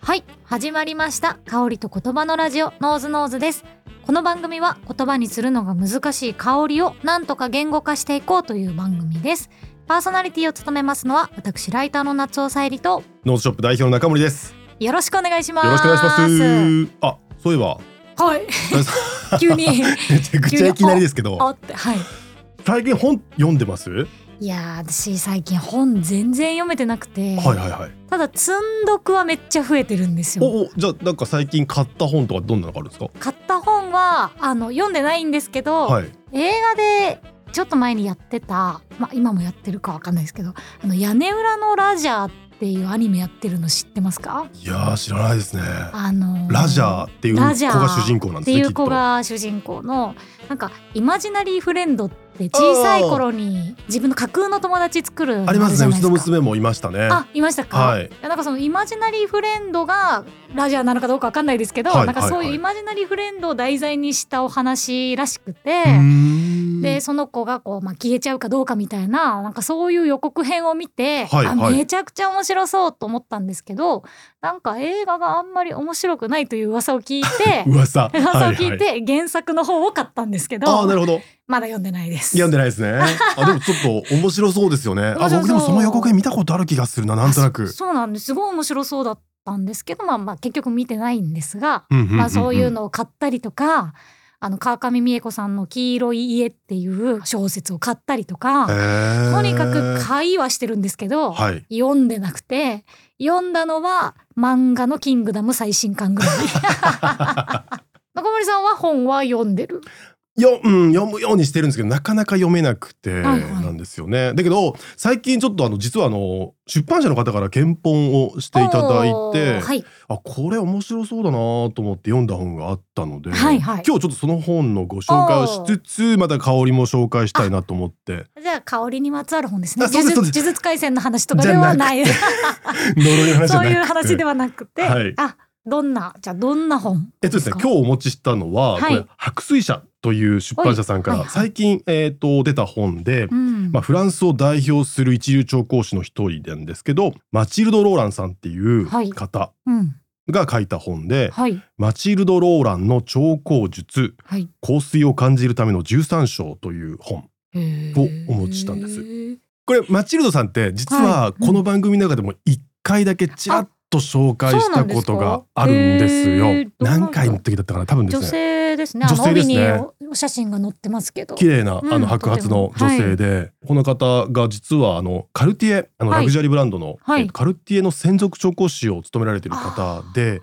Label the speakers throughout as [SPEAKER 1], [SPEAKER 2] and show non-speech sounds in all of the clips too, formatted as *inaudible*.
[SPEAKER 1] はい始まりました香りと言葉のラジオノーズノーズですこの番組は言葉にするのが難しい香りをなんとか言語化していこうという番組ですパーソナリティを務めますのは私ライターの夏尾さえりと
[SPEAKER 2] ノーズショップ代表の中森です。
[SPEAKER 1] よろしくお願いします
[SPEAKER 2] よろしくお願いします。あ、そういえば、
[SPEAKER 1] はい *laughs* 急
[SPEAKER 2] *laughs*
[SPEAKER 1] に
[SPEAKER 2] めちゃくちゃいきなりですけ
[SPEAKER 1] あ
[SPEAKER 2] ど、
[SPEAKER 1] ってはい
[SPEAKER 2] 最近本読んでます？はい
[SPEAKER 1] いやー私最近本全然読めてなくて、
[SPEAKER 2] はいはい。
[SPEAKER 1] ただ積んどくはめっちゃ増えてるんですよ
[SPEAKER 2] おお、じゃあなんか最近買った本とかどんなのがあるんですか？
[SPEAKER 1] 買った本はあの読んでないんですけど、
[SPEAKER 2] はい。
[SPEAKER 1] 映画でちょっと前にやってた、まあ、今もやってるかわかんないですけど「あの屋根裏のラジャー」っていうアニメやってるの知ってますか
[SPEAKER 2] いやー知らないですね。
[SPEAKER 1] あのー
[SPEAKER 2] ラジャーっていう子が
[SPEAKER 1] ラジャー
[SPEAKER 2] 主人公なん
[SPEAKER 1] っ
[SPEAKER 2] で
[SPEAKER 1] て
[SPEAKER 2] す
[SPEAKER 1] い
[SPEAKER 2] ね。
[SPEAKER 1] う子が主人公のなんかイマジナリーフレンドって小さい頃に自分の架空の友達作る
[SPEAKER 2] きっとあります
[SPEAKER 1] あれ
[SPEAKER 2] ね。う
[SPEAKER 1] じゃな
[SPEAKER 2] ち
[SPEAKER 1] い
[SPEAKER 2] の
[SPEAKER 1] ですか
[SPEAKER 2] 娘もいましたね。
[SPEAKER 1] あいましたか、
[SPEAKER 2] はい
[SPEAKER 1] いやなんかそのイマジナリーフレンドがラジャーなのかどうかわかんないですけど、
[SPEAKER 2] はい
[SPEAKER 1] なんかそう
[SPEAKER 2] は
[SPEAKER 1] い
[SPEAKER 2] いは
[SPEAKER 1] う
[SPEAKER 2] い
[SPEAKER 1] イマジナリーフレンドを題材にしたお話らしくて、
[SPEAKER 2] うーん
[SPEAKER 1] でその子がこう、まあ、消えちゃうかどうかみたいななんかそういう予告編を見て、
[SPEAKER 2] はい
[SPEAKER 1] あ
[SPEAKER 2] はい
[SPEAKER 1] めちゃくちゃ面白そうと思ったんですけどなんか映画があんまり面白くないという噂を聞い
[SPEAKER 2] *laughs*
[SPEAKER 1] て
[SPEAKER 2] 噂。
[SPEAKER 1] *laughs* 噂を聞い
[SPEAKER 2] は
[SPEAKER 1] て原作の方を買ったんですけど,、
[SPEAKER 2] あーなるほど
[SPEAKER 1] まだ読んでないです。
[SPEAKER 2] 読んでないですね。あでもちょっと面白そうですよね。
[SPEAKER 1] 面白
[SPEAKER 2] あ
[SPEAKER 1] そう
[SPEAKER 2] 僕でもその予告編見たことある気がするななんとなく。
[SPEAKER 1] そうなんですすごい面白そうだったんですけど、まあ、まあ結局見てないんですが、
[SPEAKER 2] うんうんんん
[SPEAKER 1] まあ、そういうのを買ったりとかあの川上美恵子さんの「黄色い家」っていう小説を買ったりとかと
[SPEAKER 2] と
[SPEAKER 1] にかく会話してるんですけど、
[SPEAKER 2] はい。
[SPEAKER 1] 読んでなくて読んだのは漫画の「キングダム」最新刊ぐ
[SPEAKER 2] *laughs*
[SPEAKER 1] らい。中森さんは本は読んでる。
[SPEAKER 2] よ、うん、読むようにしてるんですけど、なかなか読めなくて、
[SPEAKER 1] はい
[SPEAKER 2] なんですよね。だけど、最近ちょっとあの、実はあの、出版社の方から原本をしていただい
[SPEAKER 1] おー
[SPEAKER 2] て、
[SPEAKER 1] はい、
[SPEAKER 2] あ、これ面白そうだなと思って読んだ本があったので、
[SPEAKER 1] はいはい
[SPEAKER 2] 今日ちょっとその本のご紹介をしつつ、また香りも紹介したいなと思って、
[SPEAKER 1] じゃあ香りにまつわる本ですね。
[SPEAKER 2] あそう
[SPEAKER 1] 呪
[SPEAKER 2] です
[SPEAKER 1] 術呪
[SPEAKER 2] そうです
[SPEAKER 1] 術廻戦の話とかではない。
[SPEAKER 2] 呪いの話じ
[SPEAKER 1] *laughs*
[SPEAKER 2] ゃ
[SPEAKER 1] そう
[SPEAKER 2] なくて。
[SPEAKER 1] いう話ではなくて、
[SPEAKER 2] はい
[SPEAKER 1] あどんなじゃあどんな本
[SPEAKER 2] えっとですね、今日お持ちしたのは、
[SPEAKER 1] はい
[SPEAKER 2] これ白水社という出版社さんか
[SPEAKER 1] はいは
[SPEAKER 2] ら
[SPEAKER 1] い
[SPEAKER 2] 最近、えっと出た本で、
[SPEAKER 1] うん
[SPEAKER 2] まあ、フランスを代表する一流調香師の一人なんですけどマチルド・ローランさんっていう
[SPEAKER 1] はい
[SPEAKER 2] 方
[SPEAKER 1] うん、
[SPEAKER 2] が書いた本で、
[SPEAKER 1] はい
[SPEAKER 2] マチルド・ローランの調香術
[SPEAKER 1] はい。
[SPEAKER 2] 香水を感じるための13章という本
[SPEAKER 1] を
[SPEAKER 2] をお持ちしたんですこれマチルドさんって実
[SPEAKER 1] は
[SPEAKER 2] はい
[SPEAKER 1] うん
[SPEAKER 2] この番組の中でも1回だけちらっと紹介し
[SPEAKER 1] あそうな
[SPEAKER 2] た
[SPEAKER 1] んです
[SPEAKER 2] こ
[SPEAKER 1] か
[SPEAKER 2] とがあるんですよ
[SPEAKER 1] へーどんな
[SPEAKER 2] 何回の時だったかな多分で
[SPEAKER 1] 女
[SPEAKER 2] すね
[SPEAKER 1] 性ですね。あの
[SPEAKER 2] 女性で
[SPEAKER 1] 帯
[SPEAKER 2] す
[SPEAKER 1] に
[SPEAKER 2] ね
[SPEAKER 1] お写真が載ってますけど。
[SPEAKER 2] 綺麗な
[SPEAKER 1] うん
[SPEAKER 2] あの白髪の女性で、この方が実はあのカルティエあの
[SPEAKER 1] はい
[SPEAKER 2] ラグジュアリーブランドの、
[SPEAKER 1] はい
[SPEAKER 2] えっとカルティエの専属調香師を務められている方で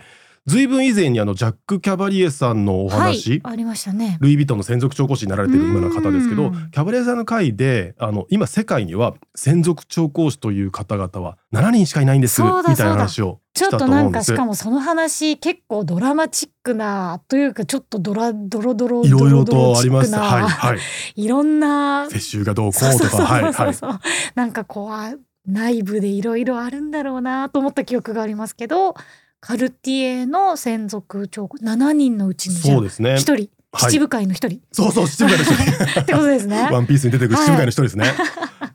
[SPEAKER 2] 随分以前にあのジャック・キャバリエさんのお話、
[SPEAKER 1] はい、ありましたね。
[SPEAKER 2] ルイ・ヴィトンの専属調香師になられている今の方ですけ
[SPEAKER 1] う
[SPEAKER 2] ど
[SPEAKER 1] ん
[SPEAKER 2] キャバリエさんの会であの今世界には専属調香師という方々は7人しかいないんですみ
[SPEAKER 1] そうだ
[SPEAKER 2] たいな話を
[SPEAKER 1] ちょ
[SPEAKER 2] し
[SPEAKER 1] った
[SPEAKER 2] と
[SPEAKER 1] とな
[SPEAKER 2] 思うん
[SPEAKER 1] ん
[SPEAKER 2] で
[SPEAKER 1] か
[SPEAKER 2] す
[SPEAKER 1] しかもその話結構ドラマチックなというかちょっとドラドロドロ
[SPEAKER 2] い
[SPEAKER 1] ド
[SPEAKER 2] ろい
[SPEAKER 1] ロ
[SPEAKER 2] ろ
[SPEAKER 1] ドロ
[SPEAKER 2] とあ
[SPEAKER 1] チ
[SPEAKER 2] り
[SPEAKER 1] ッ
[SPEAKER 2] ま
[SPEAKER 1] ク
[SPEAKER 2] す。
[SPEAKER 1] な、
[SPEAKER 2] は
[SPEAKER 1] *laughs*
[SPEAKER 2] いはい、
[SPEAKER 1] い、ろんな
[SPEAKER 2] 世襲がどうこ
[SPEAKER 1] そう
[SPEAKER 2] う
[SPEAKER 1] そ
[SPEAKER 2] と
[SPEAKER 1] うそう
[SPEAKER 2] かはい
[SPEAKER 1] そ
[SPEAKER 2] は
[SPEAKER 1] う
[SPEAKER 2] い
[SPEAKER 1] そうなんかこうあ内部でいろいろあるんだろうなと思った記憶がありますけどカルティエの専属長官7人のうちにじゃあ
[SPEAKER 2] そうですね。
[SPEAKER 1] 一人
[SPEAKER 2] はい
[SPEAKER 1] 七部会の一
[SPEAKER 2] *laughs*
[SPEAKER 1] 人、
[SPEAKER 2] そうそう七部会の一人
[SPEAKER 1] ってことですね。
[SPEAKER 2] ワンピースに出てくる七部会の人ですね。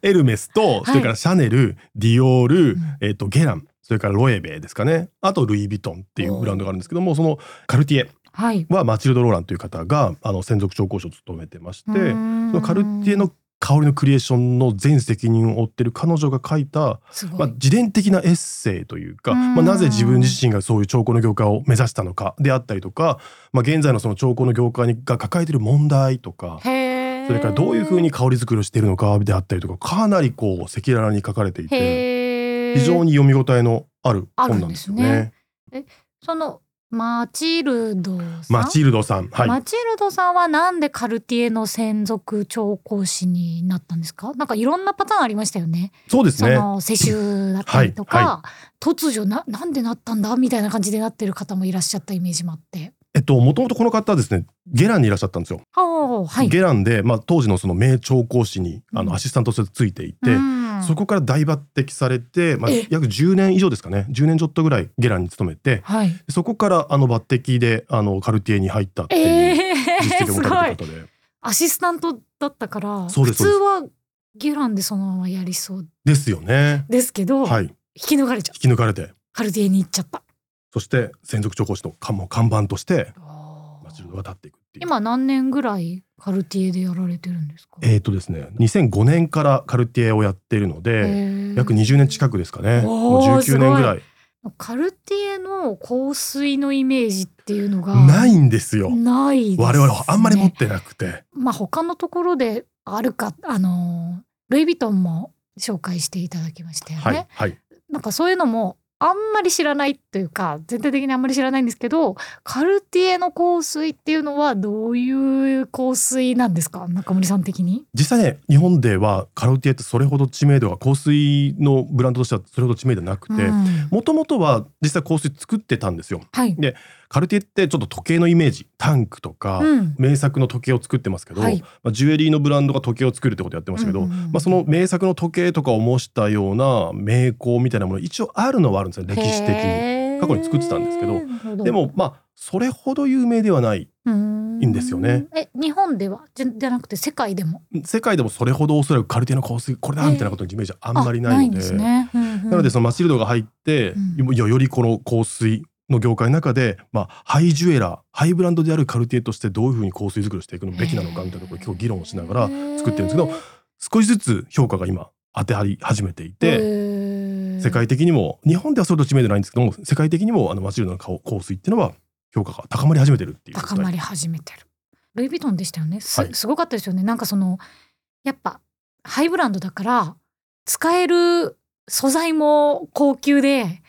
[SPEAKER 2] エルメスと、それからシャネル、ディオール、
[SPEAKER 1] うん
[SPEAKER 2] えっ、と、ゲラン、それからロエベですかね。あと、ルイ・ヴィトンっていうブランドがあるんですけども、そのカルティエ
[SPEAKER 1] はい。
[SPEAKER 2] はマチルド・ローランという方が、あの、専属調香師を務めてまして、そのカルティエの香りのクリエーションの全責任を負ってる彼女が書いた、
[SPEAKER 1] すごい
[SPEAKER 2] まあ、自伝的なエッセイというか、
[SPEAKER 1] うん
[SPEAKER 2] まあ、なぜ自分自身がそういう調香の業界を目指したのかであったりとか、まあ、現在のその調香の業界が抱えている問題とか、
[SPEAKER 1] へえ。
[SPEAKER 2] それからどういうふうに香り作りをしているのかであったりとかかなりこう赤裸々に書かれていて
[SPEAKER 1] へえ。
[SPEAKER 2] 非常に読み応えのある本なんですよ
[SPEAKER 1] あるんです
[SPEAKER 2] ね。
[SPEAKER 1] そのマチルドさん。
[SPEAKER 2] マチルドさん、は
[SPEAKER 1] マ
[SPEAKER 2] い、
[SPEAKER 1] チルドさんはなんでカルティエの専属調香師になったんですか。なんかいろんなパターンありましたよね。
[SPEAKER 2] そうです
[SPEAKER 1] そ
[SPEAKER 2] ね。
[SPEAKER 1] の世襲だったりとか、
[SPEAKER 2] はい
[SPEAKER 1] 突如ななんでなったんだみたいな感じでなってる方もいらっしゃったイメージもあって。
[SPEAKER 2] えっともともとこの方はですね、ゲランにいらっしゃったんですよ。
[SPEAKER 1] おーはい。
[SPEAKER 2] ゲランで、まあ当時のその名調香師にあ
[SPEAKER 1] う
[SPEAKER 2] の
[SPEAKER 1] ん
[SPEAKER 2] アシスタントとしてついていて、
[SPEAKER 1] うん
[SPEAKER 2] そこから大抜擢されて、まあ
[SPEAKER 1] え
[SPEAKER 2] 約10年以上ですかね、10年ちょっとぐらいゲランに勤めて、
[SPEAKER 1] はい。
[SPEAKER 2] そこからあの抜擢であのカルティエに入ったっていう
[SPEAKER 1] え
[SPEAKER 2] 実
[SPEAKER 1] ー、
[SPEAKER 2] 績を
[SPEAKER 1] *laughs* す
[SPEAKER 2] 持
[SPEAKER 1] ご
[SPEAKER 2] たれ
[SPEAKER 1] い
[SPEAKER 2] た方で、
[SPEAKER 1] アシスタントだったから
[SPEAKER 2] そう
[SPEAKER 1] 普
[SPEAKER 2] です
[SPEAKER 1] 通はゲランでそのままやりそう
[SPEAKER 2] ですよね。
[SPEAKER 1] ですけど、
[SPEAKER 2] はい、
[SPEAKER 1] 引き抜かれちゃう
[SPEAKER 2] 引き抜かれて。
[SPEAKER 1] カルディエに行っちゃった
[SPEAKER 2] そして専属調香師の看も看板として
[SPEAKER 1] あ
[SPEAKER 2] マチル
[SPEAKER 1] ー
[SPEAKER 2] ドが立っていくっていう
[SPEAKER 1] 今何年ぐらいカルティエでやられてるんですか
[SPEAKER 2] えっ、とですね2005年からカルティエをやってるので、約20年近くですかねも
[SPEAKER 1] おー
[SPEAKER 2] う19年ぐらい
[SPEAKER 1] カルティエの香水のイメージっていうのが
[SPEAKER 2] ないんですよ、
[SPEAKER 1] ないですね
[SPEAKER 2] 我々はあんまり持ってなくて
[SPEAKER 1] まあ他のところであるかあのルイ・ヴィトンも紹介していただきましたよね、
[SPEAKER 2] はいはい
[SPEAKER 1] なんかそういうのもあんまり知らないというか全体的にあんまり知らないんですけどカルティエの香水っていうのはどういう香水なんですか中森さん的に
[SPEAKER 2] 実際ね日本ではカルティエってそれほど知名度が香水のブランドとしてはそれほど知名度なくて
[SPEAKER 1] うん
[SPEAKER 2] もともとは実際香水作ってたんですよ
[SPEAKER 1] はい、
[SPEAKER 2] カルティエってちょっと時計のイメージタンクとか、
[SPEAKER 1] うん
[SPEAKER 2] 名作の時計を作ってますけど、
[SPEAKER 1] はい
[SPEAKER 2] まあ、ジュエリーのブランドが時計を作るってことやってましたけど、
[SPEAKER 1] うんうんうん
[SPEAKER 2] まあ、その名作の時計とかを模したような名工みたいなもの一応あるのはあるんですよ歴史的に。
[SPEAKER 1] に
[SPEAKER 2] 過去に作ってたんですけど
[SPEAKER 1] ど
[SPEAKER 2] でもまあそれほど有名ではない
[SPEAKER 1] いいん
[SPEAKER 2] いんですよね
[SPEAKER 1] え日本ではじゃじゃなくて世界でも
[SPEAKER 2] 世界でもそれほどおそらくカルティエの香水これだみたいなことのイメージはあんまりない
[SPEAKER 1] ん
[SPEAKER 2] の
[SPEAKER 1] で
[SPEAKER 2] です
[SPEAKER 1] ね、うんうん
[SPEAKER 2] なのでそのマチルドが入って、
[SPEAKER 1] うん
[SPEAKER 2] よよりこの香水の業界の中で、まあ、ハイジュエラーハイブランドであるカルティエとしてどういうふうに香水作りをしていくのべきなのかみたいなところを今日議論をしながら作ってるんですけど少しずつ評価が今当てはり始めていて、
[SPEAKER 1] で
[SPEAKER 2] 世界的にも日本ではそれほど知名度ないんですけども世界的にもあのマチルドの香香水っていうのは評価が高まり始めてるっていう状態
[SPEAKER 1] 高まり始めてるルイ・ヴィトンでしたよねす,、
[SPEAKER 2] はい
[SPEAKER 1] すごかったですよねなんかそのやっぱハイブランドだから使える素材も高級で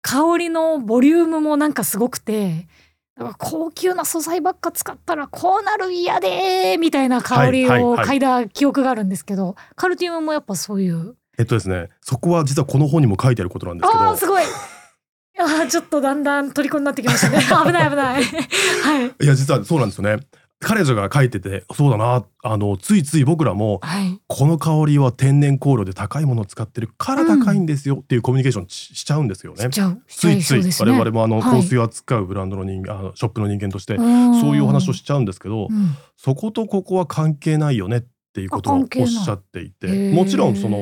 [SPEAKER 1] 香りのボリュームもなんかすごくてだから高級な素材ばっか使ったらこうなる嫌でーみたいな香り
[SPEAKER 2] はいはい
[SPEAKER 1] を
[SPEAKER 2] はい
[SPEAKER 1] 嗅いだ記憶があるんですけど、カルティウムもやっぱそういう
[SPEAKER 2] えっとですねそこは実はこの本にも書いてあることなんですけ
[SPEAKER 1] ああー
[SPEAKER 2] ど
[SPEAKER 1] すごいあーちょっとだんだん虜になってきま
[SPEAKER 2] *laughs*
[SPEAKER 1] したね危ない危ないはい
[SPEAKER 2] いや実はそうなんですよね彼女が書いててそうだなあのついつい僕らも
[SPEAKER 1] はい
[SPEAKER 2] この香りは天然香料で高いものを使ってるから高いんですよっていうコミュニケーションししちゃうんですよね
[SPEAKER 1] し。ちゃうしち
[SPEAKER 2] つ
[SPEAKER 1] ゃ
[SPEAKER 2] いつ
[SPEAKER 1] そう
[SPEAKER 2] い
[SPEAKER 1] です
[SPEAKER 2] 我
[SPEAKER 1] ね
[SPEAKER 2] 々もあの
[SPEAKER 1] はい
[SPEAKER 2] 香水を扱うブランドの人間、あのショップの人間として
[SPEAKER 1] そ
[SPEAKER 2] そういうお話をしちゃうんですけど、
[SPEAKER 1] うん
[SPEAKER 2] そことここは関係ないよねっていうこと
[SPEAKER 1] あ
[SPEAKER 2] をお
[SPEAKER 1] 関係
[SPEAKER 2] っ
[SPEAKER 1] ない
[SPEAKER 2] しゃってい
[SPEAKER 1] へ
[SPEAKER 2] て
[SPEAKER 1] ー
[SPEAKER 2] もちろんその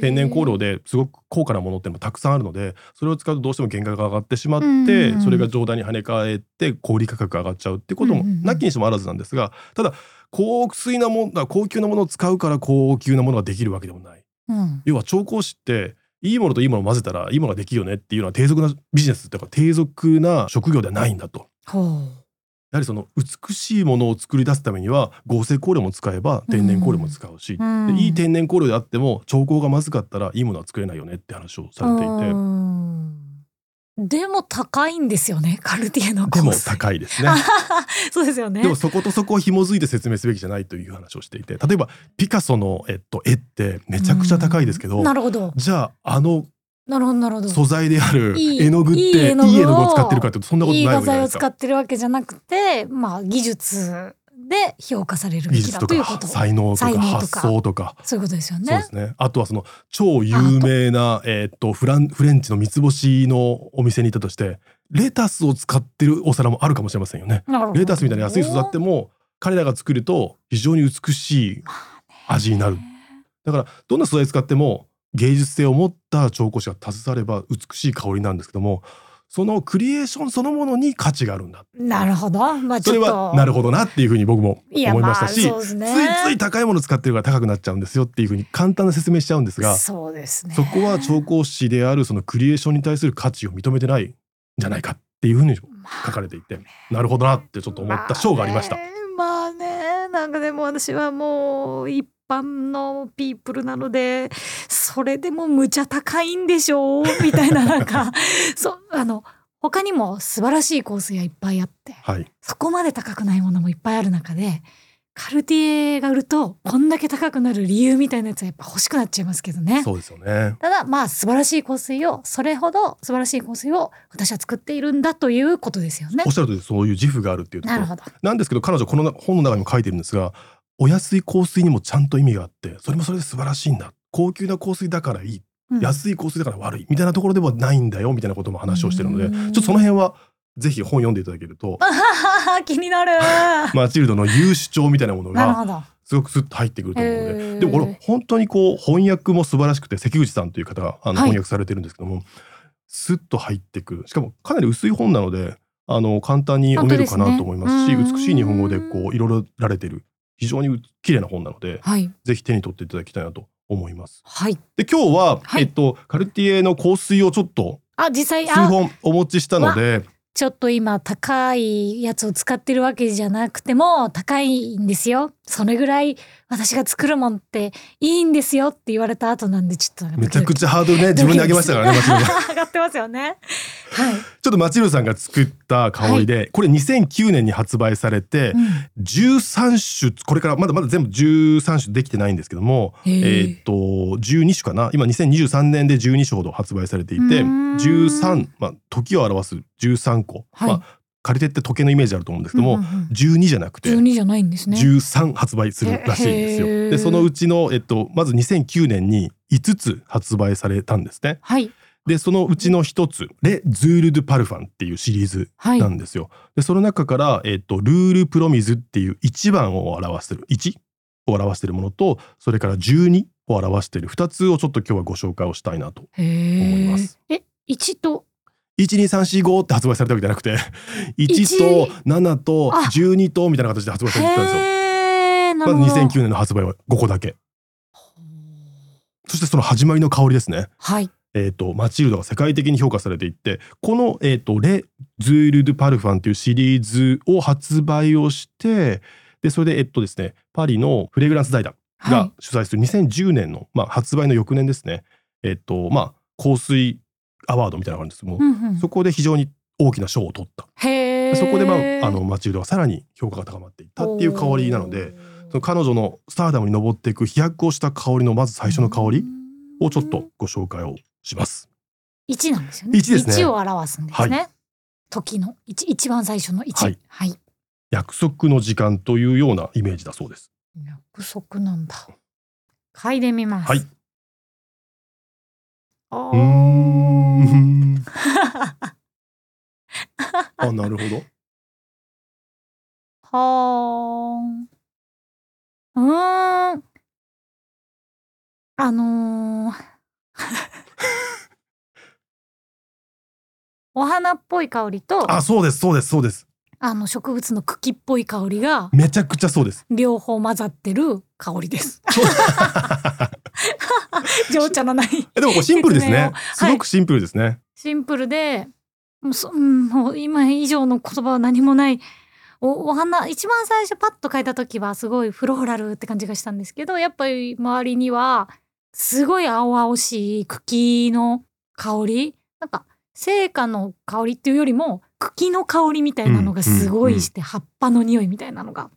[SPEAKER 2] 天然香料ですごく高価なものってのもたくさんあるのでそれを使うとどうしても原価が上がってしまっ
[SPEAKER 1] うんうんう
[SPEAKER 2] て
[SPEAKER 1] ん
[SPEAKER 2] それが上段に跳ね返って小売価格が上がっちゃうってことも
[SPEAKER 1] うんうんうん
[SPEAKER 2] なきにしもあらずなんですがただ高水なもんだ高級なものを使うから高級なものができるわけでもない
[SPEAKER 1] うん
[SPEAKER 2] 要は調香師っていいものといいものを混ぜたらいいものができるよねっていうのは低俗なビジネスというか低俗な職業ではないんだと。
[SPEAKER 1] ほう
[SPEAKER 2] やはりその美しいものを作り出すためには合成香料も使えば天然香料も使うし、
[SPEAKER 1] うん
[SPEAKER 2] でいい天然香料であっても調香がまずかったらいいものは作れないよねって話をされていて、
[SPEAKER 1] うんでも高いんですよねカルティエの
[SPEAKER 2] でも
[SPEAKER 1] 香水
[SPEAKER 2] 高いですね
[SPEAKER 1] *laughs* そうですよね
[SPEAKER 2] でもそことそこを紐づいて説明すべきじゃないという話をしていて例えばピカソの、えっと、絵ってめちゃくちゃ高いですけど、
[SPEAKER 1] うんなるほど
[SPEAKER 2] じゃああの
[SPEAKER 1] なるほどなるほど
[SPEAKER 2] 素材である
[SPEAKER 1] いい
[SPEAKER 2] 絵の具ってい
[SPEAKER 1] いい
[SPEAKER 2] い
[SPEAKER 1] 絵
[SPEAKER 2] 絵
[SPEAKER 1] の
[SPEAKER 2] の
[SPEAKER 1] 具を
[SPEAKER 2] 具を使ってるかっていうとそんなこと
[SPEAKER 1] いい
[SPEAKER 2] ないわ
[SPEAKER 1] 画
[SPEAKER 2] けじゃ
[SPEAKER 1] 材
[SPEAKER 2] ないで
[SPEAKER 1] を
[SPEAKER 2] す
[SPEAKER 1] 使
[SPEAKER 2] か。
[SPEAKER 1] ってるわけじゃなくてまあ技術で評価されるべ
[SPEAKER 2] 技
[SPEAKER 1] き
[SPEAKER 2] 術
[SPEAKER 1] だ
[SPEAKER 2] と
[SPEAKER 1] という
[SPEAKER 2] か
[SPEAKER 1] ことそう
[SPEAKER 2] 才能と
[SPEAKER 1] 才
[SPEAKER 2] か
[SPEAKER 1] 能と
[SPEAKER 2] 発
[SPEAKER 1] か
[SPEAKER 2] 想とか
[SPEAKER 1] いうことですよ
[SPEAKER 2] そうで
[SPEAKER 1] ね
[SPEAKER 2] すね。あとはその超有名なえーっとフランフレンチの三つ星のお店にいたとして、レタスを使ってるお皿もあるかもしれませんよね。
[SPEAKER 1] なるほど
[SPEAKER 2] レタスみたいな安い素材っても彼らが作ると非常に美しい。味になるだからどんな素材使っても芸術性を持った調香師が携われば美しい香りなんですけども、そのクリエーションそのものに価値があるんだ。
[SPEAKER 1] なるほどまあち
[SPEAKER 2] そ
[SPEAKER 1] ょっ
[SPEAKER 2] れ
[SPEAKER 1] と
[SPEAKER 2] はなるほどなっていうふうに僕も
[SPEAKER 1] いや
[SPEAKER 2] 思いましたし、
[SPEAKER 1] あそうですね
[SPEAKER 2] ついつい高いもの使ってるから高くなっちゃうんですよっていうふうに簡単な説明しちゃうんですが
[SPEAKER 1] そうですね
[SPEAKER 2] そこは調香師であるそのクリエーションに対する価値を認めてないんじゃないかっていうふうに書かれていてなるほどなってちょっと思った章がありました。
[SPEAKER 1] まあね,、まあねなんかでも私はもう一般のピープルなのでそれでもむちゃ高いんでしょうみたいななん
[SPEAKER 2] *laughs*
[SPEAKER 1] かそうあの他にも素晴らしい香水がいっぱいあって
[SPEAKER 2] はい、
[SPEAKER 1] そこまで高くないものもいっぱいある中でカルティエが売るとこんだけ高くなる理由みたいなやつはやっぱ欲しくなっちゃいますけどね。
[SPEAKER 2] そうですよね。
[SPEAKER 1] ただまあ素晴らしい香水をそれほど素晴らしい香水を私は作っているんだということですよね
[SPEAKER 2] おっ。しゃるとりそういう自負があるっていうとこ
[SPEAKER 1] なる
[SPEAKER 2] ろ
[SPEAKER 1] ほど。
[SPEAKER 2] なんですけど彼女この本の中にも書いてるんですがお安い香水にもちゃんと意味があってそれもそれで素晴らしいんだ高級な香水だからいい
[SPEAKER 1] うん
[SPEAKER 2] 安い香水だから悪いみたいなところではないんだよみたいなことも話をしてるので
[SPEAKER 1] うん
[SPEAKER 2] ちょっとその辺はぜひ本読んでいただけると
[SPEAKER 1] あはは *laughs* 気にな
[SPEAKER 2] *laughs*
[SPEAKER 1] る。
[SPEAKER 2] マチルドの言う主張みたいなもの
[SPEAKER 1] なる
[SPEAKER 2] が
[SPEAKER 1] ほど。
[SPEAKER 2] すごくスッと入ってくると思うの
[SPEAKER 1] へー
[SPEAKER 2] ででもこれ本当にこう翻訳も素晴らしくて関口さんという方があの
[SPEAKER 1] はい
[SPEAKER 2] 翻訳されてるんですけども、スッと入ってくるしかもかなり薄い本なのであの簡単に読めるかなと思いますし
[SPEAKER 1] 本当ですね
[SPEAKER 2] 美しい日本語で
[SPEAKER 1] う
[SPEAKER 2] こう彩られてる非常に綺麗な本なので
[SPEAKER 1] はい。
[SPEAKER 2] ぜひ手に取っていただきたいなと思います。
[SPEAKER 1] はい。
[SPEAKER 2] で今日は、
[SPEAKER 1] はい
[SPEAKER 2] えっと、カルティエの香水をちょっと
[SPEAKER 1] あ、実際、
[SPEAKER 2] 数
[SPEAKER 1] あ、
[SPEAKER 2] 本お持ちしたので
[SPEAKER 1] ちょっと今、高いやつを使ってるわけじゃなくても、高いんですよ。それぐらい、私が作るもんっていいんですよって言われた後なんで、ちょっと。
[SPEAKER 2] めちゃく
[SPEAKER 1] ち
[SPEAKER 2] ちゃハードルね自分で上げまし
[SPEAKER 1] *laughs*
[SPEAKER 2] たからねマチルドさん
[SPEAKER 1] 上がってますよね。はい。
[SPEAKER 2] ちょっとマチルドさんが作った香りで、これ2009年に発売されて、
[SPEAKER 1] うん
[SPEAKER 2] 13種これからまだまだ全部13種できてないんですけども、
[SPEAKER 1] へ
[SPEAKER 2] え
[SPEAKER 1] ー
[SPEAKER 2] ーっと12種かな今2023年で12種ほど発売されていうて
[SPEAKER 1] ーん
[SPEAKER 2] 13、まあ、時を表す13個、
[SPEAKER 1] はい
[SPEAKER 2] まあ、借り手って時計のイメージあると思うんですけども、
[SPEAKER 1] うんうんうん
[SPEAKER 2] 12じゃなくて
[SPEAKER 1] 12じゃないんですね。
[SPEAKER 2] 13発売するらしいんですよ。
[SPEAKER 1] へー
[SPEAKER 2] でそのうちの、えっと、まず2009年に5つ発売されたんですね。
[SPEAKER 1] はい。
[SPEAKER 2] でそのうちの1つ「レ・ズール・ドゥ・パルファン」っていうシリーズ
[SPEAKER 1] はい。
[SPEAKER 2] なんですよ。でその中から、えっとルールプロミズっていう1番を表してる1を表してるものとそれから12を表してる2つをちょっと今日はご紹介をしたいなと。
[SPEAKER 1] 思
[SPEAKER 2] います。
[SPEAKER 1] え、一と
[SPEAKER 2] 12345って発売されたわけじゃなくて1と7と
[SPEAKER 1] あ
[SPEAKER 2] 12とみたいな形で発売されてたんですよ。
[SPEAKER 1] へーな
[SPEAKER 2] ま
[SPEAKER 1] る
[SPEAKER 2] ず
[SPEAKER 1] ほど。
[SPEAKER 2] 2009年の発売は5個だけ。そしてその始まりの香りですね。
[SPEAKER 1] はい。
[SPEAKER 2] えー、とマチルドが世界的に評価されていってこの、えーと「レ・ズール・ドゥ・パルファン」というシリーズを発売をしてでそれでえっとですねパリのフレグランス財団
[SPEAKER 1] は
[SPEAKER 2] が
[SPEAKER 1] い。
[SPEAKER 2] 主催する2010年の、まあ、発売の翌年ですねえっとまあ香水アワードみたいなのがあるんですけども、
[SPEAKER 1] うんうん
[SPEAKER 2] そこで非常に大きな賞を取った
[SPEAKER 1] へ
[SPEAKER 2] で
[SPEAKER 1] ー
[SPEAKER 2] そこで、まあ、あのマチルドはさらに評価が高まっていったっていう香りなのでその彼女のスターダムに上っていく飛躍をした香りのまず最初の香りをちょっとご紹介をします。
[SPEAKER 1] 一なんですよね。
[SPEAKER 2] 一ですね
[SPEAKER 1] 一を表すんですね。時の一一番最初の一。
[SPEAKER 2] はい
[SPEAKER 1] はい。
[SPEAKER 2] 約束の時間というようなイメージだそうです。
[SPEAKER 1] 約束なんだ。嗅いでみます。
[SPEAKER 2] はい。
[SPEAKER 1] あ
[SPEAKER 2] う
[SPEAKER 1] ー。
[SPEAKER 2] ー
[SPEAKER 1] *laughs*
[SPEAKER 2] ん。あ、なるほど。
[SPEAKER 1] はーん。うーん。あ
[SPEAKER 2] *laughs*
[SPEAKER 1] のーお花っぽい香りと
[SPEAKER 2] あ、
[SPEAKER 1] あ
[SPEAKER 2] そうです、そうです、そうです。
[SPEAKER 1] の植物の茎っぽい香りが
[SPEAKER 2] めちゃくちゃそうです。
[SPEAKER 1] 両方混ざってる香りです。情茶のない
[SPEAKER 2] えでもこれシンプルです
[SPEAKER 1] 説明を
[SPEAKER 2] ね
[SPEAKER 1] は。い
[SPEAKER 2] すごくシンプルですね。
[SPEAKER 1] シンプルでもうそ、うん、もう今以上の言葉は何もないおお花一番最初パッと書いた時はすごいフローラルって感じがしたんですけどやっぱり周りにはすごい青々しい茎の香りなんか生花の香りっていうよりも茎の香りみたいなのがすごいして、葉っぱの匂いみたいなのが。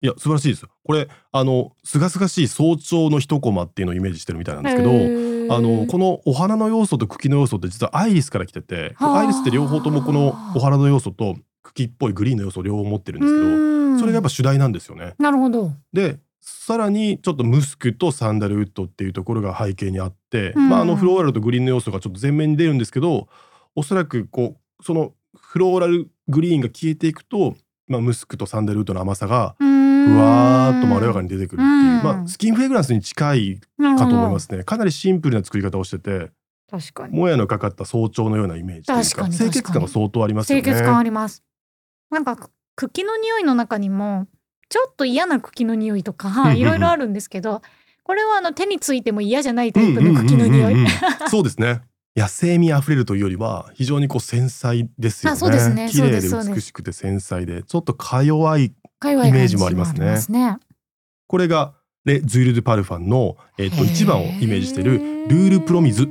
[SPEAKER 2] いや、素晴らしいですよ。これ、あの、すがすがしい早朝の一コマっていうのをイメージしてるみたいなんですけど。
[SPEAKER 1] ど
[SPEAKER 2] あのこのお花の要素と茎の要素って実はアイリスから来てて
[SPEAKER 1] はあ
[SPEAKER 2] アイリスって両方ともこのお花の要素と茎っぽいグリーンの要素を両方持ってるんですけどそれがやっぱ主題なんですよね。
[SPEAKER 1] なるほど。
[SPEAKER 2] でさらにちょっとムスクとサンダルウッドっていうところが背景にあって、
[SPEAKER 1] うん
[SPEAKER 2] まあ、あのフローラルとグリーンの要素がちょっと前面に出るんですけどおそらくこうそのフローラルグリーンが消えていくと、まあ、ムスクとサンダルウッドの甘さが
[SPEAKER 1] う
[SPEAKER 2] ふわ
[SPEAKER 1] わ
[SPEAKER 2] ーっとまろやかに出てくるっていう、
[SPEAKER 1] うん
[SPEAKER 2] まあ、スキンフレグランスに近い
[SPEAKER 1] に。
[SPEAKER 2] かと思いますすねかなりシンプルな作り方をしてて
[SPEAKER 1] 確かに。
[SPEAKER 2] もやのかかった早朝のようなイメージという
[SPEAKER 1] 確か
[SPEAKER 2] か
[SPEAKER 1] に
[SPEAKER 2] 清潔感が相当ありますよね。
[SPEAKER 1] 清潔感あります。なんかく茎の匂いの中にもちょっと嫌な茎の匂いと
[SPEAKER 2] んうん
[SPEAKER 1] か
[SPEAKER 2] うん
[SPEAKER 1] いろいろあるんですけど、これはあの手についても嫌じゃないタ
[SPEAKER 2] う
[SPEAKER 1] イ
[SPEAKER 2] ん
[SPEAKER 1] プ
[SPEAKER 2] うん
[SPEAKER 1] の
[SPEAKER 2] うん
[SPEAKER 1] 茎の
[SPEAKER 2] うん
[SPEAKER 1] 匂
[SPEAKER 2] う
[SPEAKER 1] い。
[SPEAKER 2] んそうですね野生味あふれるというよりは非常にこう繊細ですよね
[SPEAKER 1] あそうですね
[SPEAKER 2] 綺麗
[SPEAKER 1] そう
[SPEAKER 2] で
[SPEAKER 1] ですそうです
[SPEAKER 2] 美しくて繊細でちょっとか弱い
[SPEAKER 1] か弱い感じ
[SPEAKER 2] イメージもありますね
[SPEAKER 1] もありますね。
[SPEAKER 2] これがレ・ズイル・ドゥ・パルファンの、えっと
[SPEAKER 1] へー
[SPEAKER 2] 一番をイメージしているルールプロミズ
[SPEAKER 1] う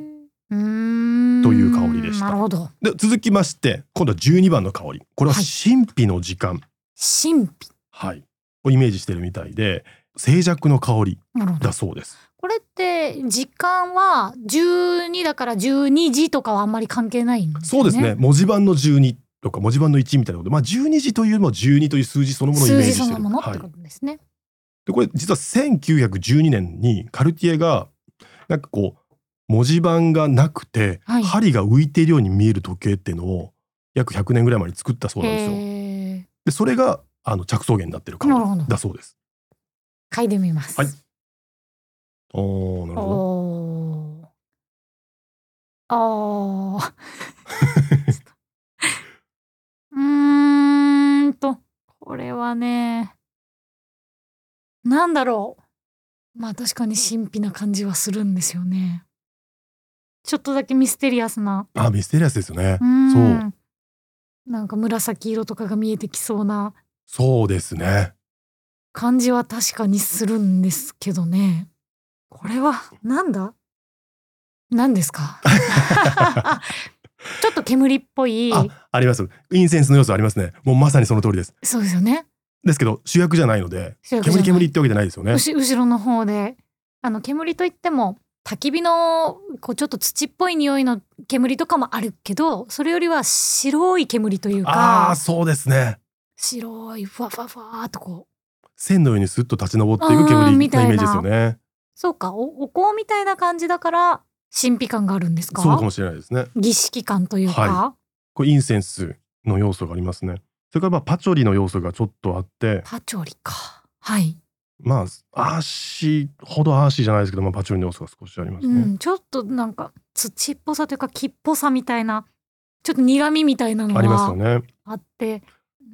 [SPEAKER 1] ーん
[SPEAKER 2] という香りでした
[SPEAKER 1] なるほど。
[SPEAKER 2] で続きまして今度は12番の香りこれは
[SPEAKER 1] はい
[SPEAKER 2] 神秘の時間、
[SPEAKER 1] 神秘。
[SPEAKER 2] はい、をイメージしてるみたいで静寂の香り
[SPEAKER 1] なるほど
[SPEAKER 2] だ。そうです
[SPEAKER 1] これって時間は12だから12時とかはあんまり関係ないんです
[SPEAKER 2] そ
[SPEAKER 1] よ
[SPEAKER 2] うですね。文字盤の12とか文字盤の1みたいなことまあ12時というよりも12という数字そのものをイメー
[SPEAKER 1] 数
[SPEAKER 2] ジ
[SPEAKER 1] 字
[SPEAKER 2] して
[SPEAKER 1] そ
[SPEAKER 2] る
[SPEAKER 1] のものっ
[SPEAKER 2] は
[SPEAKER 1] て
[SPEAKER 2] い
[SPEAKER 1] ことですね。
[SPEAKER 2] でこれ実は1912年にカルティエがなんかこう文字盤がなくて、
[SPEAKER 1] はい
[SPEAKER 2] 針が浮いているように見える時計っていうのを約100年ぐらい前に作ったそうなんですよ。
[SPEAKER 1] へー
[SPEAKER 2] でそれがあの着想源になってる香り
[SPEAKER 1] なるほど
[SPEAKER 2] だそうです。
[SPEAKER 1] 嗅いでみます。
[SPEAKER 2] はいおーなるほど。
[SPEAKER 1] おー *laughs* ああ。うーんと、これはね、なんだろう。まあ確かに神秘な感じはするんですよね。ちょっとだけミステリアスな。
[SPEAKER 2] あミステリアスですよね
[SPEAKER 1] う。ん
[SPEAKER 2] そう。
[SPEAKER 1] なんか紫色とかが見えてきそうな
[SPEAKER 2] そうですね。
[SPEAKER 1] 感じは確かにするんですけどね。これは、なんだ何です
[SPEAKER 2] *laughs*
[SPEAKER 1] かちょっと煙っぽい。
[SPEAKER 2] ああります。インセンスの要素ありますね。もうまさにその通りです。
[SPEAKER 1] そうですよね。
[SPEAKER 2] ですけど主役じゃないので煙煙ってわけじゃないですよね
[SPEAKER 1] う。し後ろの方であの煙といっても焚き火のこうちょっと土っぽい匂いの煙とかもあるけどそれよりは白い煙という
[SPEAKER 2] ああ
[SPEAKER 1] か
[SPEAKER 2] ーそうですね。
[SPEAKER 1] 白いふわふわふわーっとこう
[SPEAKER 2] 線のようにスッと立ち上っていく
[SPEAKER 1] あー
[SPEAKER 2] 煙のイメ
[SPEAKER 1] みたいな
[SPEAKER 2] ージですよね。
[SPEAKER 1] そうかおお香みたいな感じだから神秘感があるんですか
[SPEAKER 2] そうかもしれないですね。
[SPEAKER 1] 儀式感というか、
[SPEAKER 2] はこれインセンスの要素がありますね。それからまあパチョリの要素がちょっとあって、
[SPEAKER 1] パチョリかはい、
[SPEAKER 2] まあアーシーほどアーシーじゃないですけど、まあパチョリの要素が少しあります
[SPEAKER 1] う
[SPEAKER 2] ね。
[SPEAKER 1] ん、ちょっとなんか土っぽさというか木っぽさみたいなちょっと苦みみたいなの
[SPEAKER 2] ありますよ
[SPEAKER 1] が
[SPEAKER 2] ね。
[SPEAKER 1] あって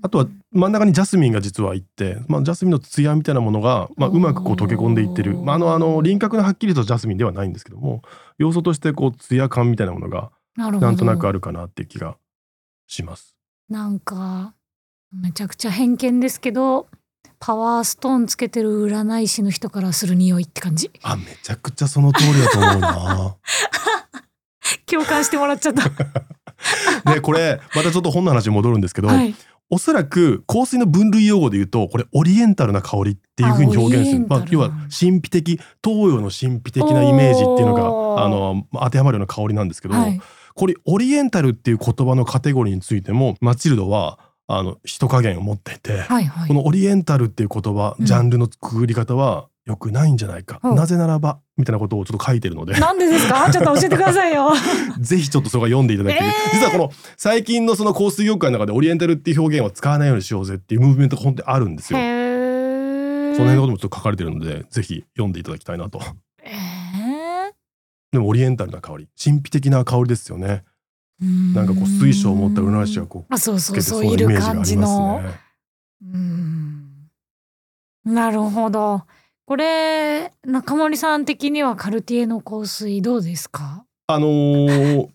[SPEAKER 2] あとは真ん中にジャスミンが実はいって、まあジャスミンの艶みたいなものがまあ
[SPEAKER 1] おー
[SPEAKER 2] うまくこう溶け込んでいってる。まああのあの輪郭のはっきりとジャスミンではないんですけども、要素としてこう艶感みたいなものが
[SPEAKER 1] なるほど
[SPEAKER 2] なんとなくあるかなっていう気がします。
[SPEAKER 1] なんかめちゃくちゃ偏見ですけどパワーストーンつけてる占い師の人からする匂いって感じ *laughs*
[SPEAKER 2] あ、めちゃくちゃその通りだと思うな。
[SPEAKER 1] 共感してもらっちゃった
[SPEAKER 2] ね、これまたちょっと本の話に戻るんですけど、
[SPEAKER 1] はい
[SPEAKER 2] おそらく香水の分類用語で言うとこれオリエンタルな香りっていうふうに表現する
[SPEAKER 1] あ
[SPEAKER 2] ま
[SPEAKER 1] オリエン
[SPEAKER 2] あ
[SPEAKER 1] タル
[SPEAKER 2] 要
[SPEAKER 1] な
[SPEAKER 2] は
[SPEAKER 1] んだ
[SPEAKER 2] 神秘的東洋の神秘的なイメージっていうの
[SPEAKER 1] おー
[SPEAKER 2] があの当てはまるような香りなんですけど、
[SPEAKER 1] はい
[SPEAKER 2] これオリエンタルっていう言葉のカテゴリーについてもマチルドはあの人加減を持っていて、
[SPEAKER 1] はいはい
[SPEAKER 2] このオリエンタルっていう言葉
[SPEAKER 1] うん
[SPEAKER 2] ジャンルのくぐり方は良くないんじゃないか、
[SPEAKER 1] ほう
[SPEAKER 2] なぜならばみたいなことをちょっと書いてるので
[SPEAKER 1] なんでですかちょっと教えてくださいよ
[SPEAKER 2] ぜひちょっとそこは読んでいただきたい、
[SPEAKER 1] えー
[SPEAKER 2] 実はこの最近のその香水業界の中でオリエンタルっていう表現は使わないようにしようぜっていうムーブメントが本当にあるんです
[SPEAKER 1] へ
[SPEAKER 2] よ。
[SPEAKER 1] え
[SPEAKER 2] その辺のこともちょっと書かれてるのでぜひ読んでいただきたいなと。
[SPEAKER 1] え
[SPEAKER 2] でもオリエンタルな香り神秘的な香りですよね。
[SPEAKER 1] ー
[SPEAKER 2] なんかこう水晶を持った占い師がこう
[SPEAKER 1] あそう
[SPEAKER 2] つ
[SPEAKER 1] そ
[SPEAKER 2] け
[SPEAKER 1] う
[SPEAKER 2] て
[SPEAKER 1] そ
[SPEAKER 2] そう
[SPEAKER 1] う
[SPEAKER 2] なイ
[SPEAKER 1] い
[SPEAKER 2] メージ
[SPEAKER 1] る
[SPEAKER 2] があり
[SPEAKER 1] 感
[SPEAKER 2] ます
[SPEAKER 1] じの
[SPEAKER 2] ね。
[SPEAKER 1] うんなるほどこれ中森さん的にはカルティエの香水どうですか
[SPEAKER 2] あのーい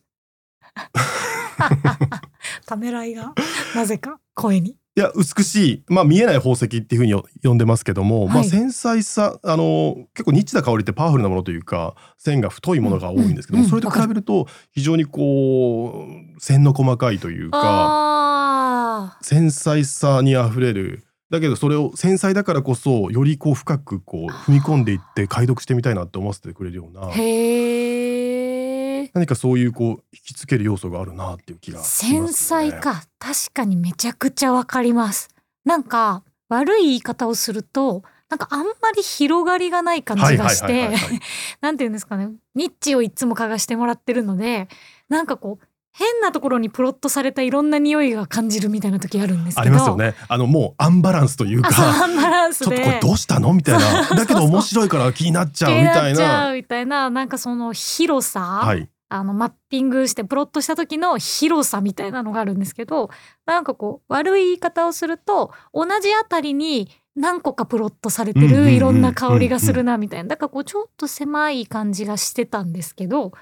[SPEAKER 1] ためらいが *laughs* なぜか声に。
[SPEAKER 2] や美しい、まあ、見えない宝石っていうふうによ呼んでますけども、ま
[SPEAKER 1] は
[SPEAKER 2] あ、
[SPEAKER 1] い
[SPEAKER 2] 繊細さ、あのー結構ニッチな香りってパワフルなものというか線が太いものが多いんですけど
[SPEAKER 1] う
[SPEAKER 2] も、
[SPEAKER 1] んうん
[SPEAKER 2] それと比べると非常にこう線の細かいというか。
[SPEAKER 1] ああ
[SPEAKER 2] 繊細さにあふれるだけどそれを繊細だからこそよりこう深くこう踏み込んでいって解読してみたいなって思わせてくれるような
[SPEAKER 1] へえ。
[SPEAKER 2] 何かそういうこう引きつける要素があるなっていう気がします、ね、
[SPEAKER 1] 繊細か確かにめちゃくちゃわかります。なんか悪い言い方をするとなんかあんまり広がりがない感
[SPEAKER 2] は
[SPEAKER 1] じ
[SPEAKER 2] い
[SPEAKER 1] が
[SPEAKER 2] はい
[SPEAKER 1] し
[SPEAKER 2] はいはい
[SPEAKER 1] て
[SPEAKER 2] はい
[SPEAKER 1] なんていうんですかねニッチをいつも嗅がしてもらってるのでなんかこう変なところにプロットされたいろんな匂いが感じるみたいな時あるんですけど
[SPEAKER 2] ありますよねあのもうアンバランスという
[SPEAKER 1] あそう
[SPEAKER 2] か
[SPEAKER 1] アンバラン
[SPEAKER 2] ち
[SPEAKER 1] ス
[SPEAKER 2] ょっと
[SPEAKER 1] で
[SPEAKER 2] これどうしたのみたいなだけど面白いから気になっちゃうみた
[SPEAKER 1] 気
[SPEAKER 2] い
[SPEAKER 1] になっちゃ
[SPEAKER 2] な
[SPEAKER 1] うみたいななんかその広さ、
[SPEAKER 2] はい
[SPEAKER 1] あのマッピングしてプロットした時の広さみたいなのがあるんですけどなんかこう悪い言い方をすると同じあたりに何個かプロットされて
[SPEAKER 2] うんうんうん
[SPEAKER 1] るいろんな香りがするなみたいなだからこうちょっと狭い感じがしてたんですけど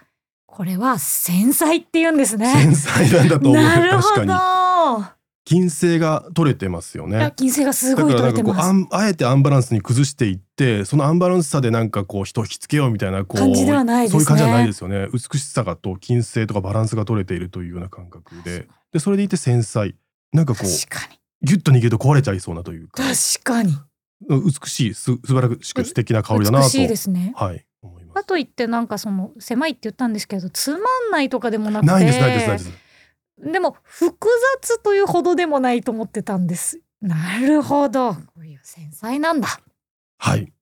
[SPEAKER 1] これは繊細って言うんですね。
[SPEAKER 2] 繊細なんだと思う
[SPEAKER 1] なる
[SPEAKER 2] 確
[SPEAKER 1] ほ
[SPEAKER 2] かに
[SPEAKER 1] ど
[SPEAKER 2] 金星が取れてますよね
[SPEAKER 1] いや金星がす
[SPEAKER 2] だ
[SPEAKER 1] ご
[SPEAKER 2] か
[SPEAKER 1] い
[SPEAKER 2] ら
[SPEAKER 1] 取れ
[SPEAKER 2] なん
[SPEAKER 1] て
[SPEAKER 2] かこう
[SPEAKER 1] ま
[SPEAKER 2] あ
[SPEAKER 1] す。
[SPEAKER 2] んあえてアンバランスに崩していってそのアンバランスさでなんかこう人を引きつけようみたいなこう
[SPEAKER 1] 感じではないですね
[SPEAKER 2] そういう感じじゃないですよね美しさがと金星とかバランスが取れているというような感覚ででそれでいて繊細なんかこ
[SPEAKER 1] 確
[SPEAKER 2] う
[SPEAKER 1] かに
[SPEAKER 2] ギュッと逃げると壊れちゃいそうなというか
[SPEAKER 1] 確かに
[SPEAKER 2] 美しいす素晴らしく素敵な香りだなと
[SPEAKER 1] 美しいですね。
[SPEAKER 2] はい思いま
[SPEAKER 1] か
[SPEAKER 2] す
[SPEAKER 1] といってなんかその狭いって言ったんですけどつまんないとかでもなくて
[SPEAKER 2] ないですないですないです
[SPEAKER 1] でも複雑というほどでもないと思ってたんですなるほどこういう繊細なんだ
[SPEAKER 2] はい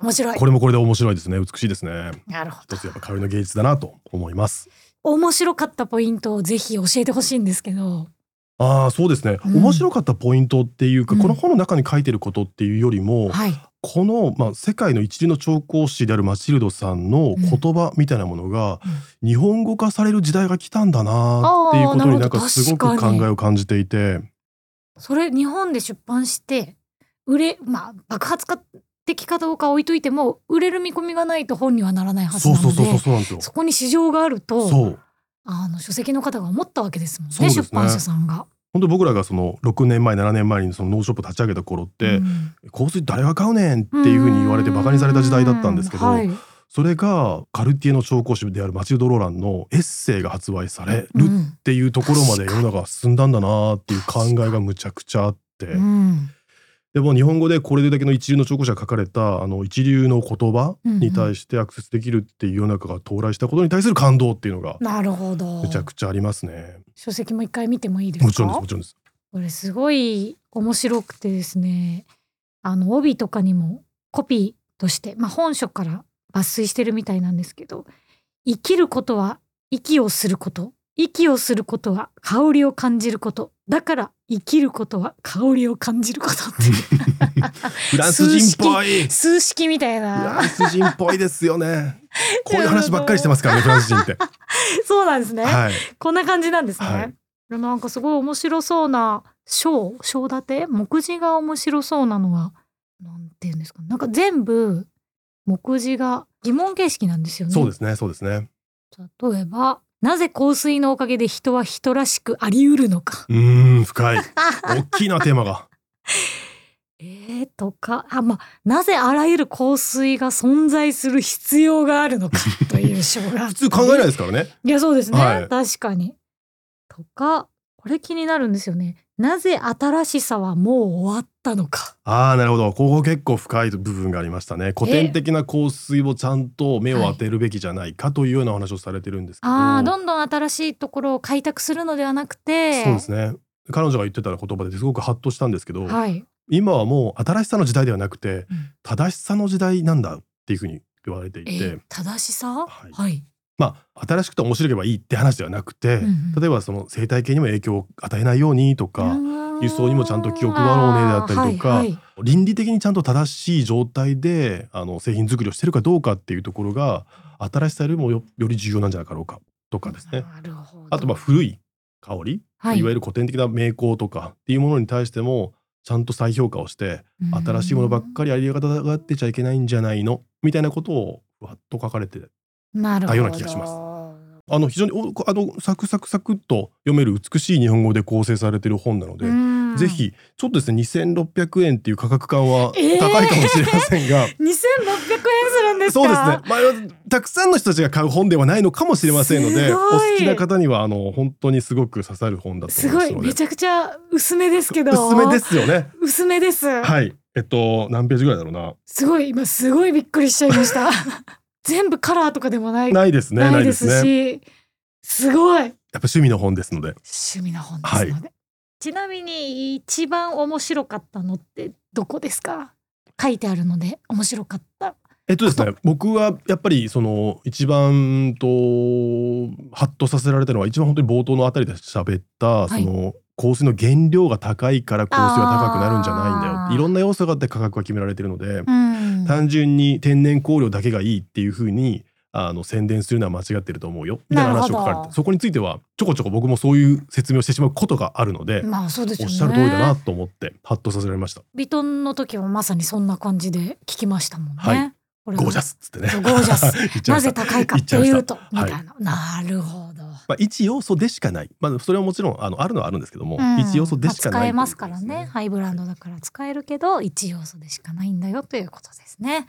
[SPEAKER 1] 面白い
[SPEAKER 2] これもこれで面白いですね美しいですね
[SPEAKER 1] なるほ
[SPEAKER 2] 一
[SPEAKER 1] ど
[SPEAKER 2] つやっぱ香りの芸術だなと思います
[SPEAKER 1] 面白かったポイントをぜひ教えてほしいんですけど
[SPEAKER 2] ああそうですね、
[SPEAKER 1] うん
[SPEAKER 2] 面白かったポイントっていうか、
[SPEAKER 1] うん
[SPEAKER 2] この本の中に書いてることっていうよりも、
[SPEAKER 1] はい
[SPEAKER 2] この、まあ、世界の一流の調香師であるマチルドさんの言葉みたいなものが、日本語化される時代が来たんだなっていうこ
[SPEAKER 1] あー
[SPEAKER 2] とに
[SPEAKER 1] なる
[SPEAKER 2] なん
[SPEAKER 1] ほど
[SPEAKER 2] かすごく
[SPEAKER 1] 確か
[SPEAKER 2] 考
[SPEAKER 1] に
[SPEAKER 2] えを感じていて
[SPEAKER 1] それ日本で出版して売れまあ爆発的かどうかは置いといても売れる見込みがないと本にはならないはず
[SPEAKER 2] そ
[SPEAKER 1] な
[SPEAKER 2] う
[SPEAKER 1] ので
[SPEAKER 2] そうそうそうそうなんですよ。
[SPEAKER 1] そこに市場があると
[SPEAKER 2] そう
[SPEAKER 1] あの書籍の方が思ったわけですもんね
[SPEAKER 2] そうですね
[SPEAKER 1] 出版社さんが。
[SPEAKER 2] 本当僕らがその6年前7年前にそのノーショップ立ち上げた頃って、
[SPEAKER 1] うん
[SPEAKER 2] 香水誰が買うねんっていうふうに言われてバカにされた時代だったんですけど、
[SPEAKER 1] はい
[SPEAKER 2] それがカルティエの調香師であるマチルド・ローランのエッセイが発売される
[SPEAKER 1] う
[SPEAKER 2] っ
[SPEAKER 1] ん
[SPEAKER 2] ていうところまで世の中が進んだんだなっていう考えがむちゃくちゃあって、
[SPEAKER 1] うん
[SPEAKER 2] でも日本語でこれだけの一流の調香師が書かれたあの一流の言葉に対してアクセスできるっていう世の中が到来したことに対する感動っていうのが
[SPEAKER 1] なるほど
[SPEAKER 2] むちゃくちゃありますね。
[SPEAKER 1] 書籍も一回見てもいいですか
[SPEAKER 2] もちろんですもちろんです。
[SPEAKER 1] これすごい面白くてですねあの帯とかにもコピーとして、まあ、本書から抜粋してるみたいなんですけど「生きることは息をすること」「息をすることは香りを感じること」「だから生きることは香りを感じること」っていう
[SPEAKER 2] フランス人っぽ *laughs* い
[SPEAKER 1] 数式みたい
[SPEAKER 2] フ
[SPEAKER 1] な
[SPEAKER 2] ランス人っぽいです
[SPEAKER 1] *laughs*
[SPEAKER 2] よね。こういう話ばっかりしてますからね、フランス人って。
[SPEAKER 1] そうなん *laughs* ですね、
[SPEAKER 2] はい。
[SPEAKER 1] こんな感じなんですね。
[SPEAKER 2] はい
[SPEAKER 1] なんかすごい面白そうな章章立て目次が面白そうなのはなんていうんですかなんか全部目次が疑問形式なんですよね。
[SPEAKER 2] そうですね、そうですね。
[SPEAKER 1] 例えばなぜ香水のおかげで人は人らしくあり得るのか。
[SPEAKER 2] うーん、深い。
[SPEAKER 1] *laughs*
[SPEAKER 2] 大きなテーマが。
[SPEAKER 1] えー、とかあまあなぜあらゆる香水が存在する必要があるのかという章があって
[SPEAKER 2] *laughs* 普通考えないですからね。
[SPEAKER 1] いやそうですね、
[SPEAKER 2] はい
[SPEAKER 1] 確かに。とかこれ気になるんですよね。なぜ新しさはもう終わったのか。
[SPEAKER 2] ああ、なるほど。ここ結構深い部分がありましたね。古典的な香水をちゃんと目を当てるべきじゃないかというようなお話をされてるんですけど。
[SPEAKER 1] ああどんどん新しいところを開拓するのではなくて。
[SPEAKER 2] そうですね。彼女が言ってた言葉ですごくハッとしたんですけど、
[SPEAKER 1] はい。
[SPEAKER 2] 今はもう新しさの時代ではなくて
[SPEAKER 1] うん、
[SPEAKER 2] 正しさの時代なんだっていうふうに言われてい
[SPEAKER 1] え
[SPEAKER 2] て。
[SPEAKER 1] ー、正しさ。
[SPEAKER 2] はい
[SPEAKER 1] はい。
[SPEAKER 2] まあ、新しくて面白ければいいって話ではなくて、
[SPEAKER 1] うんうん
[SPEAKER 2] 例えばその生態系にも影響を与えないようにとか、輸送にもちゃんと気を配ろうねであったりとか
[SPEAKER 1] あーはいはい
[SPEAKER 2] 倫理的にちゃんと正しい状態であの製品作りをしてるかどうかっていうところが新しさよりもよより重要なんじゃなかろうかとかですね。
[SPEAKER 1] なるほど。
[SPEAKER 2] あとまあ古い香り、、
[SPEAKER 1] はい
[SPEAKER 2] わゆる古典的な名香とかっていうものに対してもちゃんと再評価をして新しいものばっかりありがたがってちゃいけないんじゃないのみたいなことをふわっと書かれて
[SPEAKER 1] り。なるほ
[SPEAKER 2] た
[SPEAKER 1] ど。
[SPEAKER 2] ような気がしますあの非常におあのサクサクサクっと読める美しい日本語で構成されている本なので、
[SPEAKER 1] うん
[SPEAKER 2] ぜ。ひちょっとですね2600円っていう価格感は高
[SPEAKER 1] えー
[SPEAKER 2] いかもしれませんが、
[SPEAKER 1] 二千六百円するんですか。
[SPEAKER 2] そうですね、まあ、たくさんの人たちが買う本ではないのかもしれませんのですお
[SPEAKER 1] ごい
[SPEAKER 2] 好きな方にはあの本当にすごく刺さる本だと
[SPEAKER 1] す
[SPEAKER 2] 思いま
[SPEAKER 1] ご
[SPEAKER 2] す
[SPEAKER 1] い
[SPEAKER 2] の
[SPEAKER 1] め
[SPEAKER 2] で
[SPEAKER 1] ちゃくちゃ薄めですけど。
[SPEAKER 2] おすすめで。すよね。
[SPEAKER 1] 薄めです。
[SPEAKER 2] はいえっと何ページぐらいだろうな
[SPEAKER 1] すごい今すごいびっくりしちゃいま
[SPEAKER 2] *laughs*
[SPEAKER 1] した。全部カラーとかでもない。
[SPEAKER 2] ないですね
[SPEAKER 1] な
[SPEAKER 2] ないい
[SPEAKER 1] で
[SPEAKER 2] で
[SPEAKER 1] す
[SPEAKER 2] すねやっ
[SPEAKER 1] し、すごい
[SPEAKER 2] ぱ趣味の本ですので
[SPEAKER 1] 趣味な本ですので、ちなみに一番面白かったのってどこですか書いてあるので面白かった
[SPEAKER 2] えっとですね、僕はやっぱりその一番とハッとさせられたのは一番本当に冒頭のあたりで喋ったそ
[SPEAKER 1] はい
[SPEAKER 2] の香水の原料が高いから香水は高くなるんじゃないんだよ
[SPEAKER 1] あ
[SPEAKER 2] っ
[SPEAKER 1] ー
[SPEAKER 2] ていろんな要素があって価格が決められてるので
[SPEAKER 1] うん
[SPEAKER 2] 単純に天然香料だけがいいっていうふうにあの宣伝するのは間違ってると思うよみたいな話を書
[SPEAKER 1] なる
[SPEAKER 2] か
[SPEAKER 1] ほど
[SPEAKER 2] れてそこについてはちょこちょこ僕もそういう説明をしてしまうことがあるので
[SPEAKER 1] まあそうです
[SPEAKER 2] お
[SPEAKER 1] よ
[SPEAKER 2] っ
[SPEAKER 1] ね
[SPEAKER 2] しゃる通りだなと思ってハッとさせられました。
[SPEAKER 1] ビトンの時はまさにそんな感じで聞きましたもんね、
[SPEAKER 2] はい
[SPEAKER 1] これが
[SPEAKER 2] ゴージャスっつってね
[SPEAKER 1] そうゴージ
[SPEAKER 2] *laughs*
[SPEAKER 1] ャス
[SPEAKER 2] 言っちゃい
[SPEAKER 1] な
[SPEAKER 2] ました
[SPEAKER 1] ぜ高いかというとみたいな、なるほど
[SPEAKER 2] まあ、一要素でしかない、まあ、それはもちろんあのあるのはあるんですけども、
[SPEAKER 1] うん
[SPEAKER 2] 一要素でしかない
[SPEAKER 1] まあ使
[SPEAKER 2] と
[SPEAKER 1] え
[SPEAKER 2] い
[SPEAKER 1] ま
[SPEAKER 2] うことです
[SPEAKER 1] からねハイブランドだから使えるけど一要素でしかないんだよということですね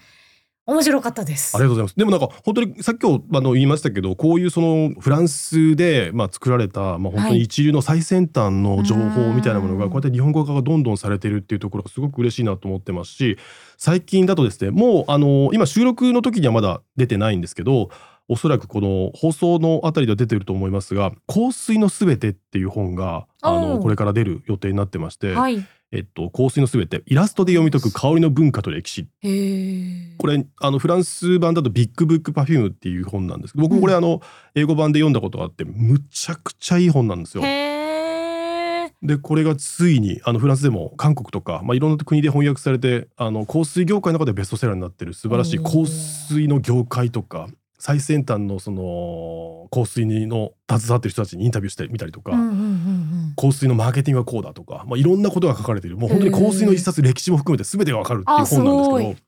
[SPEAKER 1] 面白かったです
[SPEAKER 2] ありがとうございますでもなんか本当にさっきもあの言いましたけどこういうそのフランスでまあ作られた、まあ、本当に一流の最先端の情報みたいなもの
[SPEAKER 1] う
[SPEAKER 2] が
[SPEAKER 1] ん
[SPEAKER 2] こうやって日本語化がどんどんされてるっていうところがすごく嬉しいなと思ってますし最近だとですねもうあの今収録の時にはまだ出てないんですけどおそらくこの放送のあたりでは出てると思いますが「香水のすべて」っていう本があ
[SPEAKER 1] お
[SPEAKER 2] の
[SPEAKER 1] ー
[SPEAKER 2] これから出る予定になってまして。
[SPEAKER 1] はいへ
[SPEAKER 2] えっと、香水のすべてイラストで読み解く香りの文化と歴史
[SPEAKER 1] え
[SPEAKER 2] これあのフランス版だと「ビッグブックパフューム」っていう本なんですけど僕もこれ、
[SPEAKER 1] うん
[SPEAKER 2] あの英語版で読んだことがあってむちゃくちゃいい本なんですよ。
[SPEAKER 1] へえ
[SPEAKER 2] でこれがついにあのフランスでも韓国とか、まあ、いろんな国で翻訳されてあの香水業界の中でベストセラーになってる素晴らしい
[SPEAKER 1] お
[SPEAKER 2] 香
[SPEAKER 1] ー
[SPEAKER 2] 水の業界とか最先端のその香水の携わってる人たちにインタビューしてみたりとか、
[SPEAKER 1] うんうんうん
[SPEAKER 2] 香水のマーケティングはこうだとか、まあ、いろんなことが書かれているもう本当に香水の一冊歴史も含めて全てがわかるっていう
[SPEAKER 1] あす
[SPEAKER 2] 本なんです
[SPEAKER 1] ごい
[SPEAKER 2] けど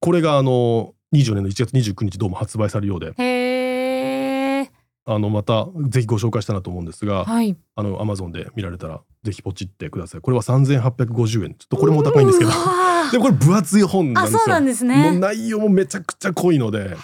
[SPEAKER 2] これがあの24年の1月29日どうも発売されるようで
[SPEAKER 1] うん。へえ。
[SPEAKER 2] あのまたぜひご紹介したいなと思うんですが、
[SPEAKER 1] はい。
[SPEAKER 2] あのアマゾンで見られたらぜひポチってくださいこれは3850円ちょっとこれもお高いんですけど
[SPEAKER 1] うわー
[SPEAKER 2] *laughs* でもこれ分厚い本なん
[SPEAKER 1] あ、
[SPEAKER 2] です
[SPEAKER 1] そう
[SPEAKER 2] よ
[SPEAKER 1] なんです
[SPEAKER 2] もう
[SPEAKER 1] ね。
[SPEAKER 2] 内容もめちゃくちゃ濃いので
[SPEAKER 1] へー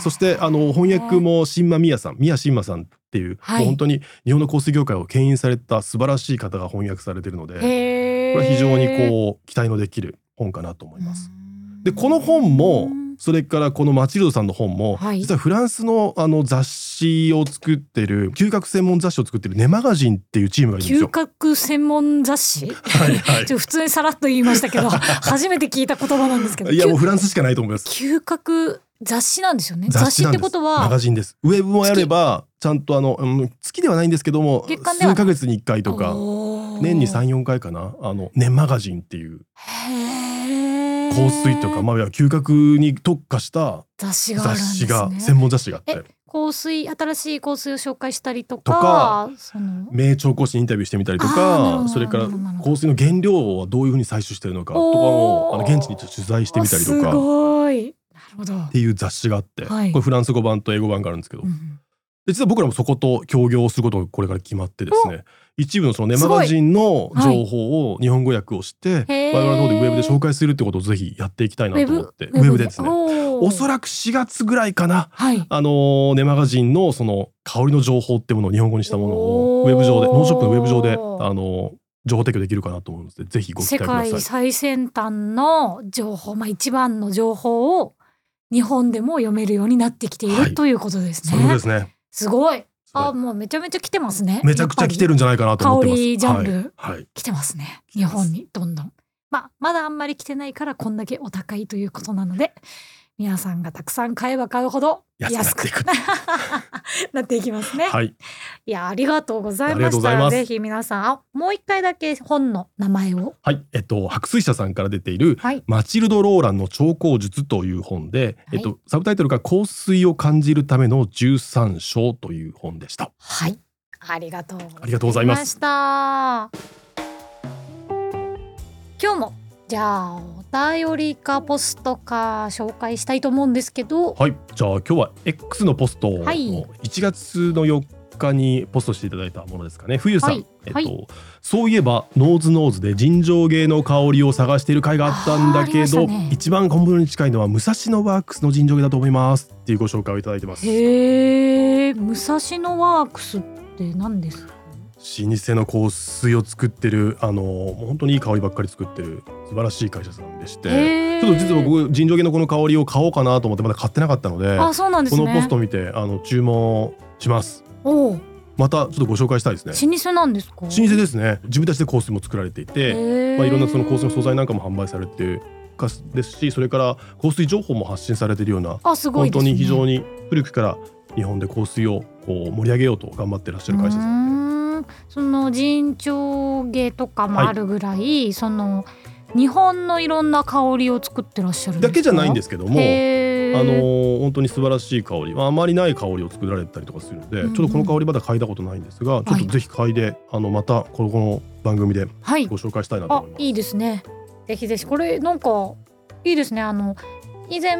[SPEAKER 2] そしてあの翻訳も新間宮さん宮新間さんっていう、
[SPEAKER 1] はい
[SPEAKER 2] もう本当に日本の香水業界を牽引された素晴らしい方が翻訳されているので、
[SPEAKER 1] へえ。
[SPEAKER 2] これは非常にこう期待のできる本かなと思います。
[SPEAKER 1] うん
[SPEAKER 2] でこの本もそれからこのマチルドさんの本も、
[SPEAKER 1] はい
[SPEAKER 2] 実はフランスのあの雑誌を作ってる嗅覚専門雑誌を作ってるネマガジンっていうチームがいるんです
[SPEAKER 1] 嗅
[SPEAKER 2] よ。
[SPEAKER 1] 覚専門雑誌。 *laughs*
[SPEAKER 2] はいは
[SPEAKER 1] ちょっと普通にさらっと言いましたけ
[SPEAKER 2] *laughs*
[SPEAKER 1] ど、初めて聞いた言葉なんですけど。
[SPEAKER 2] い、いやもうフランスしかないと思います。
[SPEAKER 1] 嗅覚雑誌なんですよね。雑
[SPEAKER 2] 雑
[SPEAKER 1] 誌
[SPEAKER 2] 誌な
[SPEAKER 1] っ
[SPEAKER 2] ん
[SPEAKER 1] て
[SPEAKER 2] で
[SPEAKER 1] こ
[SPEAKER 2] す
[SPEAKER 1] と
[SPEAKER 2] マガ
[SPEAKER 1] は。
[SPEAKER 2] ジンです。ウェブもやればちゃんとあの、うん、月ではないんですけども
[SPEAKER 1] 月間では
[SPEAKER 2] 数ヶ月に1回とか
[SPEAKER 1] おー
[SPEAKER 2] 年に34回かなあのネマガジンっていう
[SPEAKER 1] へー
[SPEAKER 2] 香水とか、まあいや嗅覚に特化した
[SPEAKER 1] 雑誌があるん
[SPEAKER 2] 雑
[SPEAKER 1] です、ね、
[SPEAKER 2] 誌が専門雑誌があって
[SPEAKER 1] え香水新しい香水を紹介したりとか
[SPEAKER 2] とか
[SPEAKER 1] その
[SPEAKER 2] 名調香師にインタビューしてみたりと
[SPEAKER 1] あーなるほ
[SPEAKER 2] か
[SPEAKER 1] ど
[SPEAKER 2] それから
[SPEAKER 1] なるほどなるほど
[SPEAKER 2] 香水の原料はどういうふうに採取してるのかとか
[SPEAKER 1] お
[SPEAKER 2] も
[SPEAKER 1] ー
[SPEAKER 2] あの現地にちょっと取材してみたりと
[SPEAKER 1] あす
[SPEAKER 2] かっ
[SPEAKER 1] ごいなるほど、
[SPEAKER 2] ていう雑誌があって、
[SPEAKER 1] はい
[SPEAKER 2] これフランス語版と英語版があるんですけど、
[SPEAKER 1] うん
[SPEAKER 2] で実は僕らもそこと協業をすることがこれから決まってですね一部のそのネマガジンの
[SPEAKER 1] すごい
[SPEAKER 2] 情報を日本語訳をして、
[SPEAKER 1] へー
[SPEAKER 2] 我々の方でウェブで紹介するってことをぜひやっていきたい
[SPEAKER 1] ウ
[SPEAKER 2] な
[SPEAKER 1] ェ
[SPEAKER 2] と思
[SPEAKER 1] ブ
[SPEAKER 2] ってウェブでですねおそ
[SPEAKER 1] らく
[SPEAKER 2] らく4月ぐらいかな
[SPEAKER 1] はい
[SPEAKER 2] あのーネマガジンのその香りの情報ってものを日本語にしたものを
[SPEAKER 1] お
[SPEAKER 2] ウ
[SPEAKER 1] ー
[SPEAKER 2] ェブ上でノンショップのウェブ上であのー情報提供できるかなと思いますのでぜひご期
[SPEAKER 1] 世
[SPEAKER 2] 待ください
[SPEAKER 1] 界最先端の情報まあ一番の情報を日本でも読めるようになってきている、
[SPEAKER 2] はい
[SPEAKER 1] ということです
[SPEAKER 2] そ
[SPEAKER 1] ね
[SPEAKER 2] ういうことですね
[SPEAKER 1] すごい
[SPEAKER 2] すごい
[SPEAKER 1] あもうめちゃめちゃ来てますね
[SPEAKER 2] めちゃくちゃ来て
[SPEAKER 1] る
[SPEAKER 2] るんじゃないかなと思ってます
[SPEAKER 1] 香りジャンル
[SPEAKER 2] はい、はい
[SPEAKER 1] 来てますね
[SPEAKER 2] 来て
[SPEAKER 1] 日
[SPEAKER 2] ます
[SPEAKER 1] 本にどんどんまあまだあんまり来てないからこんだけお高いということなので皆さんがたくさん買えば買うほど安
[SPEAKER 2] 安
[SPEAKER 1] く
[SPEAKER 2] くなっていく
[SPEAKER 1] *laughs* なっていきますね、い、
[SPEAKER 2] はい、
[SPEAKER 1] やありがとうござい
[SPEAKER 2] あり
[SPEAKER 1] ま
[SPEAKER 2] がとう
[SPEAKER 1] し
[SPEAKER 2] ござい
[SPEAKER 1] た
[SPEAKER 2] ます
[SPEAKER 1] ぜひ皆さんあもう一回だけ本の名前を
[SPEAKER 2] はいえっと白水社さんから出ている
[SPEAKER 1] はい
[SPEAKER 2] マチルド・ローランの調香術という本で、
[SPEAKER 1] はい
[SPEAKER 2] えっと、サブタイトルが香水を感じるための13章という本でした。
[SPEAKER 1] はいありがとう
[SPEAKER 2] ありがとうございます
[SPEAKER 1] した今日もじゃあお便りかポストか紹介したいと思うんですけど
[SPEAKER 2] はい、じゃあ今日は X のポストを
[SPEAKER 1] はい
[SPEAKER 2] 1月の4日にポストしていただいたものですかね。冬さん、
[SPEAKER 1] はい
[SPEAKER 2] えっと、
[SPEAKER 1] はい
[SPEAKER 2] そういえばノーズノーズで尋常芸の香りを探している回があったんだ
[SPEAKER 1] あーあ
[SPEAKER 2] け
[SPEAKER 1] りました
[SPEAKER 2] ど、
[SPEAKER 1] ね
[SPEAKER 2] 一番本物に近いのは武蔵野ワークスの尋常芸だと思いますっていうご紹介をいただいてます。老舗
[SPEAKER 1] へえ武蔵野ワークスって何ですか
[SPEAKER 2] の香水を作ってるあのもう本当にいい香りばっかり作ってる素晴らしい会社さんでして。
[SPEAKER 1] へー
[SPEAKER 2] ちょっと実は僕尋常芸のこの香りを買おうかなと思ってまだ買ってなかったので
[SPEAKER 1] あそうなんです
[SPEAKER 2] こ
[SPEAKER 1] ね
[SPEAKER 2] のポストを見てあの注文します
[SPEAKER 1] おう
[SPEAKER 2] またちょっとご紹介したいですね
[SPEAKER 1] 老舗なんですか
[SPEAKER 2] 老舗ですね自分たちで香水も作られていて、まあ、いろんなその香水の素材なんかも販売されてですしそれから香水情報も発信されているような、
[SPEAKER 1] あすごいで
[SPEAKER 2] 本当
[SPEAKER 1] すね
[SPEAKER 2] に非常に古くから日本で香水をこう盛り上げようと頑張ってらっしゃる会社さ
[SPEAKER 1] うー
[SPEAKER 2] んで
[SPEAKER 1] んその人長芸とかも
[SPEAKER 2] はい
[SPEAKER 1] あるぐらい、その日本のいろんな香りを作ってらっしゃる
[SPEAKER 2] だけじゃないんですすけど
[SPEAKER 1] か
[SPEAKER 2] も。
[SPEAKER 1] へー
[SPEAKER 2] あのー本当に素晴らしい香り、まあ、あまりない香りを作られたりとかするので、
[SPEAKER 1] うんうん
[SPEAKER 2] ちょっとこの香りまだ嗅いだことないんですが、ちょっとぜひ嗅いであのまたこのこの番組で
[SPEAKER 1] はい
[SPEAKER 2] ご紹介したいなと
[SPEAKER 1] あ
[SPEAKER 2] 思います。
[SPEAKER 1] いいですねぜひぜひこれなんかいいですねあの以前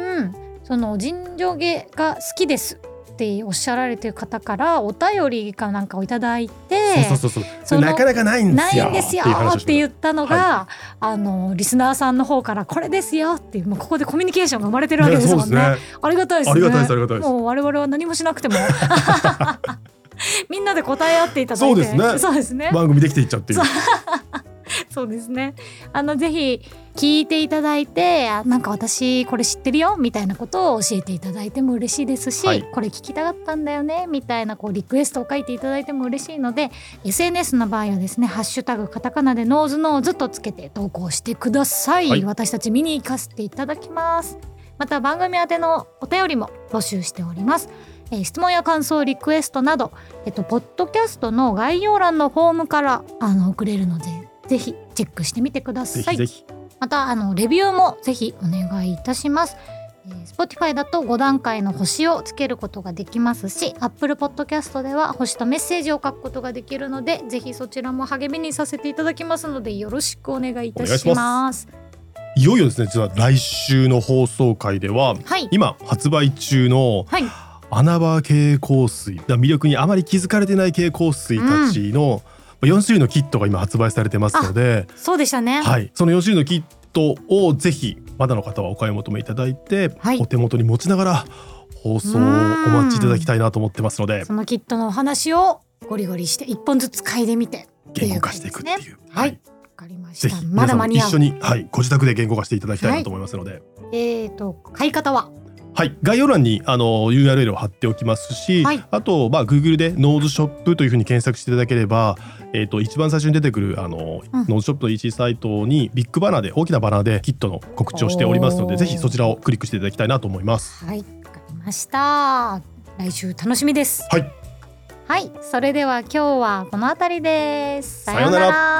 [SPEAKER 1] その尋常芸が好きですっておっしゃられてる方からお便りかなんかをいただいて
[SPEAKER 2] そうそうそうそうそ
[SPEAKER 1] その
[SPEAKER 2] れなかなかないんで
[SPEAKER 1] な
[SPEAKER 2] す
[SPEAKER 1] い
[SPEAKER 2] よ
[SPEAKER 1] んですよ
[SPEAKER 2] っていう話をし
[SPEAKER 1] って言
[SPEAKER 2] て
[SPEAKER 1] ったのが、あのリスナーさんの方からこれですよっていうもうここでコミュニケーションが生まれてるわけですもんね
[SPEAKER 2] ね
[SPEAKER 1] ありがたいですね
[SPEAKER 2] ありがたいですありがたいです
[SPEAKER 1] もう我々は何もしな
[SPEAKER 2] *laughs*
[SPEAKER 1] くてもみんなで答え合っていただいて
[SPEAKER 2] そうですね
[SPEAKER 1] そうですね
[SPEAKER 2] 番組できていっちゃってる
[SPEAKER 1] そうそうですね。あのぜひ聞いていただいて、あなんか私これ知ってるよみたいなことを教えていただいても嬉しいですし、
[SPEAKER 2] はい
[SPEAKER 1] これ聞きたかったんだよねみたいなこうリクエストを書いていただいても嬉しいので、SNS の場合はですね、ハッシュタグカタカナでノーズノーズとつけて投稿してください。
[SPEAKER 2] はい
[SPEAKER 1] 私たち見に行かせていただきます。また番組宛てのお便りも募集しております。えー質問や感想リクエストなど、えっと、ポッドキャストの概要欄のフォームからあの送れるのでぜひチェックしてみてくださ
[SPEAKER 2] ぜ
[SPEAKER 1] い。
[SPEAKER 2] ひぜひ、
[SPEAKER 1] またあのレビューもぜひお願いいたします。えー Spotify だと5段階の星をつけることができますし Apple Podcast では星とメッセージを書くことができるのでぜひそちらも励みにさせていただきますのでよろしくお願いいたします。
[SPEAKER 2] お願いよいよですね実は来週の放送回では
[SPEAKER 1] はい、
[SPEAKER 2] 今発売中の
[SPEAKER 1] はい
[SPEAKER 2] 穴場系香水だから魅力にあまり気づかれてない系香水たちの、まあ4種類のキットが今発売されてますので、
[SPEAKER 1] そうでしたね。
[SPEAKER 2] はい、その4種類のキットをぜひまだの方はお買い求めいただいて、
[SPEAKER 1] はい
[SPEAKER 2] お手元に持ちながら放送をお待ちいただきたいなと思ってますので
[SPEAKER 1] そのキットのお話をゴリゴリして一本ずつ嗅いでみて
[SPEAKER 2] 言語化していくって
[SPEAKER 1] って
[SPEAKER 2] いう。
[SPEAKER 1] はいわかりま
[SPEAKER 2] ぜ
[SPEAKER 1] した。
[SPEAKER 2] ひ
[SPEAKER 1] ま
[SPEAKER 2] 皆
[SPEAKER 1] だ
[SPEAKER 2] さん
[SPEAKER 1] 間
[SPEAKER 2] も
[SPEAKER 1] に
[SPEAKER 2] 一
[SPEAKER 1] 合う
[SPEAKER 2] 緒。に、はい、ご自宅で言語化していただきたいなと思いますので、はい
[SPEAKER 1] えっ、と買い方は
[SPEAKER 2] 概要欄にあの URL を貼っておきますし、
[SPEAKER 1] はい
[SPEAKER 2] あと、まあ、Google でノーズショップというふうに検索していただければ、えー、と一番最初に出てくるあの、
[SPEAKER 1] うん
[SPEAKER 2] ノーズショップの1サイトにビッグバナーで大きなバナーでキットの告知をしておりますの
[SPEAKER 1] お
[SPEAKER 2] で
[SPEAKER 1] ー
[SPEAKER 2] ぜひそちらをクリックしていただきたいなと思います。
[SPEAKER 1] はいわかりました。来週楽しみです。
[SPEAKER 2] はい
[SPEAKER 1] はいそれでは今日はこのあたりです。
[SPEAKER 2] さようなら
[SPEAKER 1] ら。